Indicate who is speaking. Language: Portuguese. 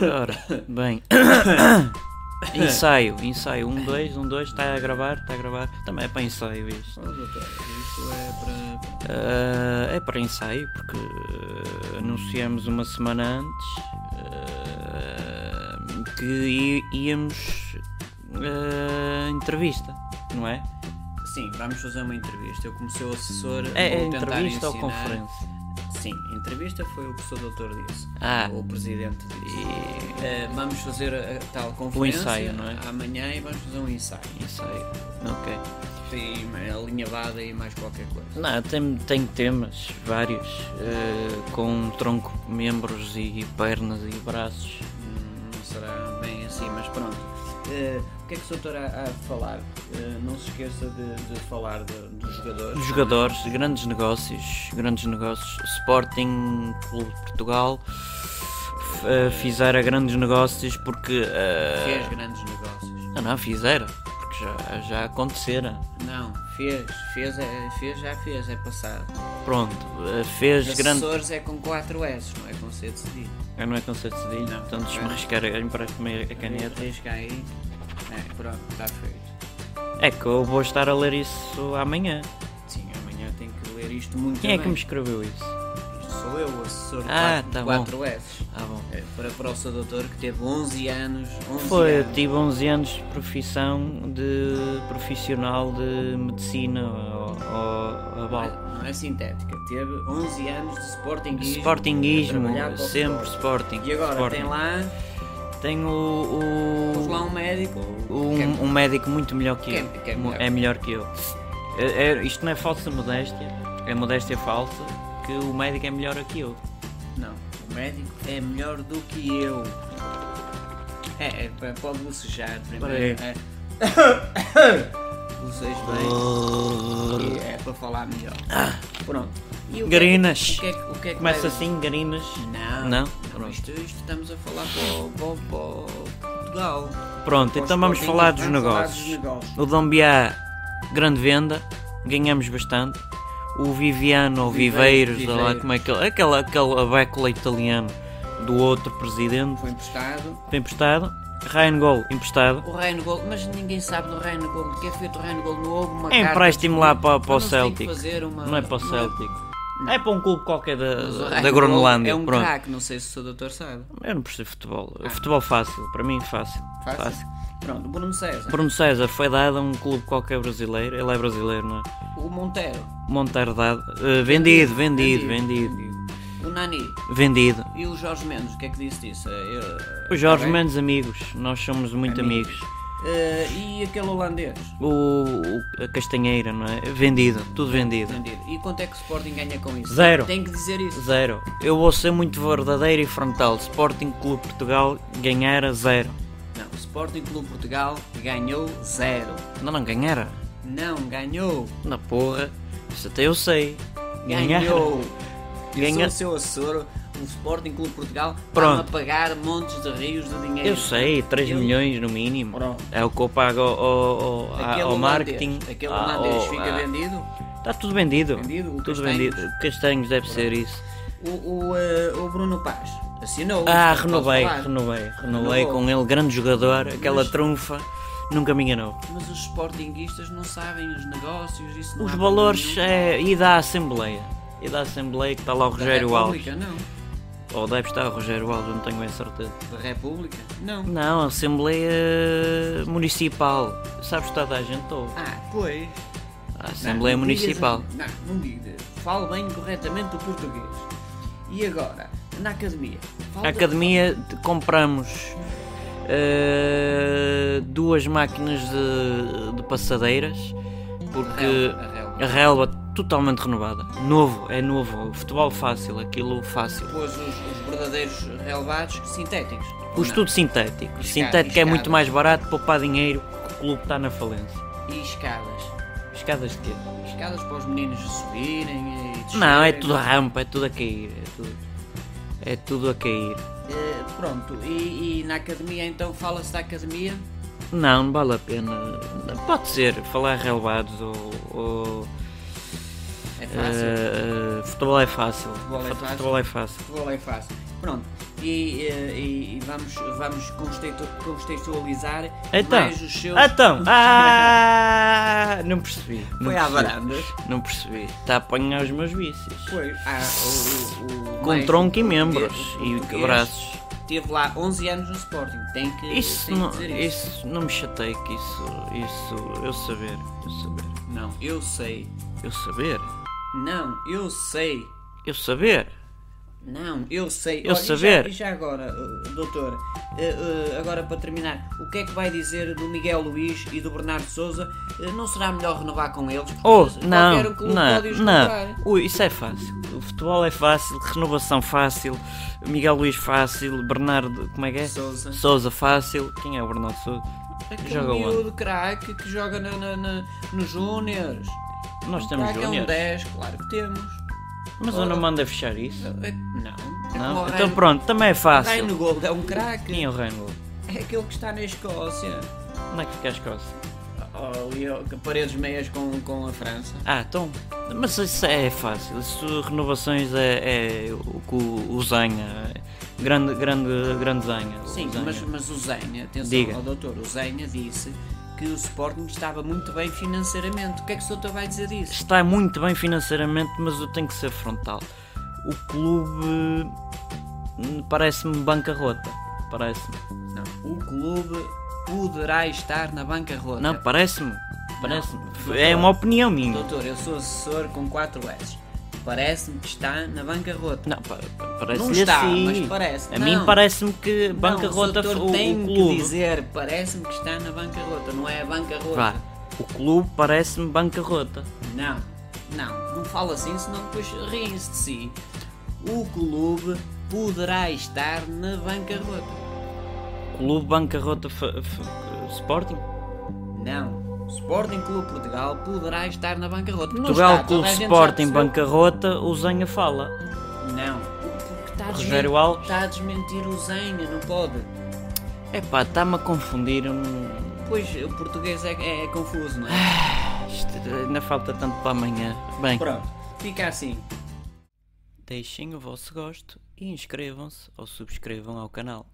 Speaker 1: Ora, bem. ensaio, ensaio. Um, dois, um, dois. Está a gravar, está a gravar. Também é para ensaio isto.
Speaker 2: Ó, doutor, Isto é para.
Speaker 1: Ah, é para ensaio, porque ah, anunciamos uma semana antes ah, que i- íamos ah, entrevista, não é?
Speaker 2: Sim, vamos fazer uma entrevista. Eu, como seu assessor,
Speaker 1: É, é
Speaker 2: vou tentar
Speaker 1: entrevista ou
Speaker 2: ensinar-
Speaker 1: conferência?
Speaker 2: Sim, entrevista foi o que o seu doutor disse.
Speaker 1: Ah.
Speaker 2: O presidente disse.
Speaker 1: E-
Speaker 2: Eh, vamos fazer a, a tal conferência
Speaker 1: ensaio, não é?
Speaker 2: amanhã e vamos fazer um ensaio.
Speaker 1: Ensaio. Ok.
Speaker 2: E uma alinhavada e mais qualquer coisa.
Speaker 1: Não, tem, tem temas, vários, eh, com tronco, membros e pernas e braços.
Speaker 2: Hum, Não será bem assim, mas pronto. Eh, o que é que o seu doutor há há de falar? Eh, não se esqueça de, de falar de- dos jogadores.
Speaker 1: Jogadores, grandes negócios, grandes negócios. Sporting Clube de Portugal f- eh, fizeram grandes negócios porque. eh,
Speaker 2: Fez é grandes negócios.
Speaker 1: não, não, fizeram, porque já, já aconteceram.
Speaker 2: Não, fez. Fez, é, fez já fez, é passado.
Speaker 1: Pronto, eh, fez grandes.
Speaker 2: Assessores é com 4 S, não é com C decidido.
Speaker 1: Eu não é conceito de
Speaker 2: Não.
Speaker 1: dedilho, portanto, deixa-me arriscar, empresta-me a caneta.
Speaker 2: Risca aí. É, pronto, está feito.
Speaker 1: É que eu vou estar a ler isso amanhã.
Speaker 2: Sim, amanhã tenho que ler isto muito
Speaker 1: Quem é que
Speaker 2: bem.
Speaker 1: me escreveu isso?
Speaker 2: Isto Sou eu, o assessor de
Speaker 1: Ah, tá bom.
Speaker 2: 4 S.
Speaker 1: Ah, bom.
Speaker 2: É, para, para o seu doutor que teve 11 anos.
Speaker 1: Foi,
Speaker 2: 11
Speaker 1: tipo- eu
Speaker 2: anos.
Speaker 1: tive 11 anos de profissão de profissional de medicina ou, ou a
Speaker 2: Não é-
Speaker 1: bala.
Speaker 2: Não é sintética, teve 11 anos de sportinguismo.
Speaker 1: Sportinguismo,
Speaker 2: a trabalhar para o
Speaker 1: sempre
Speaker 2: Sporting.
Speaker 1: Sporting.
Speaker 2: E agora
Speaker 1: sporting.
Speaker 2: tem lá,
Speaker 1: Tenho
Speaker 2: tens lá
Speaker 1: o,
Speaker 2: um médico. é
Speaker 1: o- um, um médico muito melhor que
Speaker 2: que é-
Speaker 1: eu.
Speaker 2: que é
Speaker 1: Mu-
Speaker 2: melhor.
Speaker 1: É melhor que eu. É- é- isto não é falsa modéstia, é modéstia falsa, que o médico é melhor que eu.
Speaker 2: Não, o médico é melhor do que eu. É, é p- pode bocejar primeiro. É. Vocês bem. E é para falar melhor. Pronto. E o que é que-
Speaker 1: Ah. Garinas.
Speaker 2: o que é que- o que é que
Speaker 1: Começa
Speaker 2: vai-
Speaker 1: assim, garinas.
Speaker 2: Não,
Speaker 1: Não?
Speaker 2: não isto, isto estamos a falar para, o- para, o- para o Portugal.
Speaker 1: Pronto, então vamos
Speaker 2: Sporting,
Speaker 1: falar dos
Speaker 2: vamos falar
Speaker 1: negócios.
Speaker 2: dos negócios.
Speaker 1: O Dombiá, grande venda, ganhamos bastante. O Viviano ou
Speaker 2: Viveiros,
Speaker 1: Viveiros, ou lá
Speaker 2: Viveiros.
Speaker 1: como é que ele, aquele, aquele abécula italiano do outro presidente,
Speaker 2: Foi emprestado.
Speaker 1: foi emprestado. Ryan Gol, emprestado.
Speaker 2: O Reino Gol, mas ninguém sabe do Reino Gol. O que é feito o Reino Gol? Não houve uma
Speaker 1: É
Speaker 2: carta
Speaker 1: empréstimo lá para, para o
Speaker 2: Mas tem que
Speaker 1: Celtic.
Speaker 2: fazer uma-
Speaker 1: Não é para o
Speaker 2: uma-
Speaker 1: Celtic. É para um clube qualquer
Speaker 2: Mas o
Speaker 1: da, da
Speaker 2: Ryan
Speaker 1: Groenlândia.
Speaker 2: É um
Speaker 1: pronto.
Speaker 2: craque, não sei se o seu doutor sabe.
Speaker 1: Eu não percebo futebol. Futebol fácil, para mim fácil.
Speaker 2: Fácil? Pronto, o Bruno César,
Speaker 1: Bruno César foi dado a um clube qualquer brasileiro. Ele é brasileiro, não é?
Speaker 2: o Montero,
Speaker 1: Montar dado. eh, vendido, vendido,
Speaker 2: Vendido.
Speaker 1: vendido.
Speaker 2: o Nani
Speaker 1: Vendido.
Speaker 2: e o Jorge Mendes, o que é que disse disso? Eh, eu-
Speaker 1: Os Jorge
Speaker 2: tá bem?
Speaker 1: menos amigos, nós somos muito amigos.
Speaker 2: Eh, e aquele holandês?
Speaker 1: O, o- a Castanheira, não é? Vendido, tudo vendido.
Speaker 2: Entendido. E quanto é que o Sporting ganha com isso?
Speaker 1: Zero.
Speaker 2: Tem que dizer isso.
Speaker 1: Zero. Eu vou ser muito verdadeiro e frontal. Sporting Clube Portugal ganhara zero.
Speaker 2: Não, o Sporting Clube Portugal ganhou zero.
Speaker 1: Não, não ganhara.
Speaker 2: Não, ganhou.
Speaker 1: Na porra. Isso até eu sei. Ganhara.
Speaker 2: Ganhou.
Speaker 1: Ganha-
Speaker 2: Ganhou. seu assessor, o Sporting Clube Portugal,
Speaker 1: Pronto.
Speaker 2: está a pagar montes de rios de dinheiro.
Speaker 1: Eu sei, 3
Speaker 2: Eu-
Speaker 1: milhões no mínimo.
Speaker 2: Pronto.
Speaker 1: É o que eu pago ao, ao- ao-
Speaker 2: Aquele
Speaker 1: ao
Speaker 2: holandês,
Speaker 1: Ah, marketing. Ah, oh,
Speaker 2: Aquele
Speaker 1: ao-
Speaker 2: holandês
Speaker 1: ao-
Speaker 2: fica vendido.
Speaker 1: Está Tá tudo vendido.
Speaker 2: Vendido, o
Speaker 1: tudo
Speaker 2: Castanhos.
Speaker 1: vendido. Castanhos deve ser isso.
Speaker 2: O, o, eh, o Bruno Paz assinou.
Speaker 1: Ah,
Speaker 2: isto não
Speaker 1: renovei,
Speaker 2: posso falar.
Speaker 1: renovei, renovei
Speaker 2: Renovou.
Speaker 1: com ele, grande jogador, aquela trunfa, nunca me enganou.
Speaker 2: Mas os sportinguistas não sabem os negócios, isso não
Speaker 1: Os
Speaker 2: há
Speaker 1: valores
Speaker 2: problema
Speaker 1: é, e da Assembleia, e da Assembleia que está lá o
Speaker 2: nenhum.
Speaker 1: é, Rogério
Speaker 2: da
Speaker 1: Alves.
Speaker 2: República,
Speaker 1: Ou deve estar o Rogério Alves, não tenho bem certeza.
Speaker 2: não. Da República, não.
Speaker 1: Não, a Assembleia Municipal. Sabes que está da gente ou?
Speaker 2: Ah, pois.
Speaker 1: A Assembleia
Speaker 2: Não, não digas- assim.
Speaker 1: Municipal.
Speaker 2: não, não diga. Fale bem corretamente o português. E agora, na academia? Fala
Speaker 1: A academia de- compramos eh, duas máquinas de, de passadeiras porque
Speaker 2: A relva, a relva.
Speaker 1: a relva totalmente renovada. Novo, é novo. Futebol fácil, aquilo fácil.
Speaker 2: Depois os, os verdadeiros relevados sintéticos.
Speaker 1: O
Speaker 2: Não.
Speaker 1: estudo sintético.
Speaker 2: Escada,
Speaker 1: sintético é
Speaker 2: escada.
Speaker 1: muito mais barato, poupar dinheiro, o clube está na falência.
Speaker 2: E escadas.
Speaker 1: Escadas de quê?
Speaker 2: Escadas para os meninos subirem e descerem.
Speaker 1: Não, é tudo a rampa, é tudo a cair. É tudo, é tudo a cair.
Speaker 2: Eh, pronto, e, e na academia então fala-se da academia?
Speaker 1: Não, não vale a pena. Pode ser, falar relevados ou- ou
Speaker 2: É fácil.
Speaker 1: Eh, eh, futebol é fácil.
Speaker 2: Futebol é
Speaker 1: Fut-
Speaker 2: fácil.
Speaker 1: Futebol é fácil.
Speaker 2: Futebol é fácil. Pronto, e, eh, e- e vamos, vamos contextu- contextualizar
Speaker 1: Então,
Speaker 2: mais os seus.
Speaker 1: Então, ah, não percebi. Não
Speaker 2: Foi à
Speaker 1: percebi.
Speaker 2: varanda.
Speaker 1: Não percebi. Está a apanhar os meus vícios.
Speaker 2: Foi ah, o, o- o-
Speaker 1: Com
Speaker 2: mais
Speaker 1: tronco e
Speaker 2: o
Speaker 1: membros
Speaker 2: português- o
Speaker 1: e
Speaker 2: português
Speaker 1: braços.
Speaker 2: Teve lá 11 anos no Sporting, tem que,
Speaker 1: Isso
Speaker 2: tem que
Speaker 1: não,
Speaker 2: dizer isso.
Speaker 1: isso não me chatei que isso, isso, eu saber, eu saber,
Speaker 2: Não, eu sei.
Speaker 1: eu saber,
Speaker 2: Não, eu sei.
Speaker 1: eu saber.
Speaker 2: Não, eu sei.
Speaker 1: Eu
Speaker 2: Olha, e já-
Speaker 1: saber.
Speaker 2: E já, agora, eh, doutor, eh, eh, agora para terminar, o que é que vai dizer do Miguel Luís e do Bernardo Souza? Eh, não será melhor renovar com eles? Porque
Speaker 1: Oh,
Speaker 2: qualquer
Speaker 1: não,
Speaker 2: um clube
Speaker 1: não,
Speaker 2: pode os comprar.
Speaker 1: não. Ui, isso é fácil. O futebol é fácil, renovação fácil, Miguel Luís fácil, Bernardo, como é que é?
Speaker 2: Sousa.
Speaker 1: Sousa fácil. Quem é o Bernardo Sousa?
Speaker 2: Aquele
Speaker 1: Joga onde?
Speaker 2: É um miúdo craque que joga na, na, na, nos Júniors.
Speaker 1: Nós temos
Speaker 2: Craque é um
Speaker 1: júnior.
Speaker 2: 10, claro que temos.
Speaker 1: Mas eu não mando a fechar isso.
Speaker 2: Eh, eh, Não. É
Speaker 1: Não?
Speaker 2: como o
Speaker 1: Então
Speaker 2: Reino-
Speaker 1: pronto, também é fácil.
Speaker 2: Reino Gold é um craque.
Speaker 1: Quem é o Reingold?
Speaker 2: É aquele que está na Escócia.
Speaker 1: Onde é que fica a Escócia?
Speaker 2: Oh, e eu- que paredes meias com, com a França.
Speaker 1: Ah, então. Mas isso é fácil. Isso renovações é, é o que o o Zanha. é. Grande, grande, grande Zanha. o
Speaker 2: Sim,
Speaker 1: Zanha.
Speaker 2: mas, mas o Zenha, atenção
Speaker 1: Diga.
Speaker 2: ao doutor, o Zenha disse que o Sporting estava muito bem financeiramente. O que é que o doutor vai dizer disso?
Speaker 1: Está muito bem financeiramente, mas eu tenho que ser frontal. O clube. hum, parece-me bancarrota. Parece-me.
Speaker 2: Não, o clube poderá estar na bancarrota.
Speaker 1: Não, parece-me. Parece-me.
Speaker 2: Não.
Speaker 1: É uma opinião minha.
Speaker 2: Doutor, eu sou assessor com 4 S. Parece-me que está na bancarrota.
Speaker 1: Não, pa- pa- parece-lhe
Speaker 2: Não está,
Speaker 1: assim.
Speaker 2: mas parece.
Speaker 1: A mim
Speaker 2: Não.
Speaker 1: parece-me que
Speaker 2: Não,
Speaker 1: bancarrota
Speaker 2: o doutor
Speaker 1: o, o
Speaker 2: tem que
Speaker 1: clube.
Speaker 2: dizer, parece-me que está na bancarrota, não é a bancarrota.
Speaker 1: Vá, o clube parece-me bancarrota.
Speaker 2: Não, não, não fala assim, senão depois riem-se de si. O clube poderá estar na bancarrota.
Speaker 1: Clube Bancarrota F- F- Sporting?
Speaker 2: Não, Sporting Clube Portugal poderá estar na bancarrota. Não
Speaker 1: Portugal
Speaker 2: está, toda
Speaker 1: Clube
Speaker 2: a gente já
Speaker 1: Sporting
Speaker 2: percebeu.
Speaker 1: Bancarrota, o Zenha fala.
Speaker 2: Não, porque está a,
Speaker 1: Rogério
Speaker 2: desmen-
Speaker 1: Alves?
Speaker 2: está a desmentir o Zenha, não pode.
Speaker 1: Epá, está-me a confundir. um eu não-
Speaker 2: Pois, o português é, é- é confuso, não é?
Speaker 1: Isto ainda falta tanto para amanhã. Bem,
Speaker 2: Pronto, fica assim.
Speaker 1: deixem o vosso gosto e inscrevam-se ou subscrevam ao canal.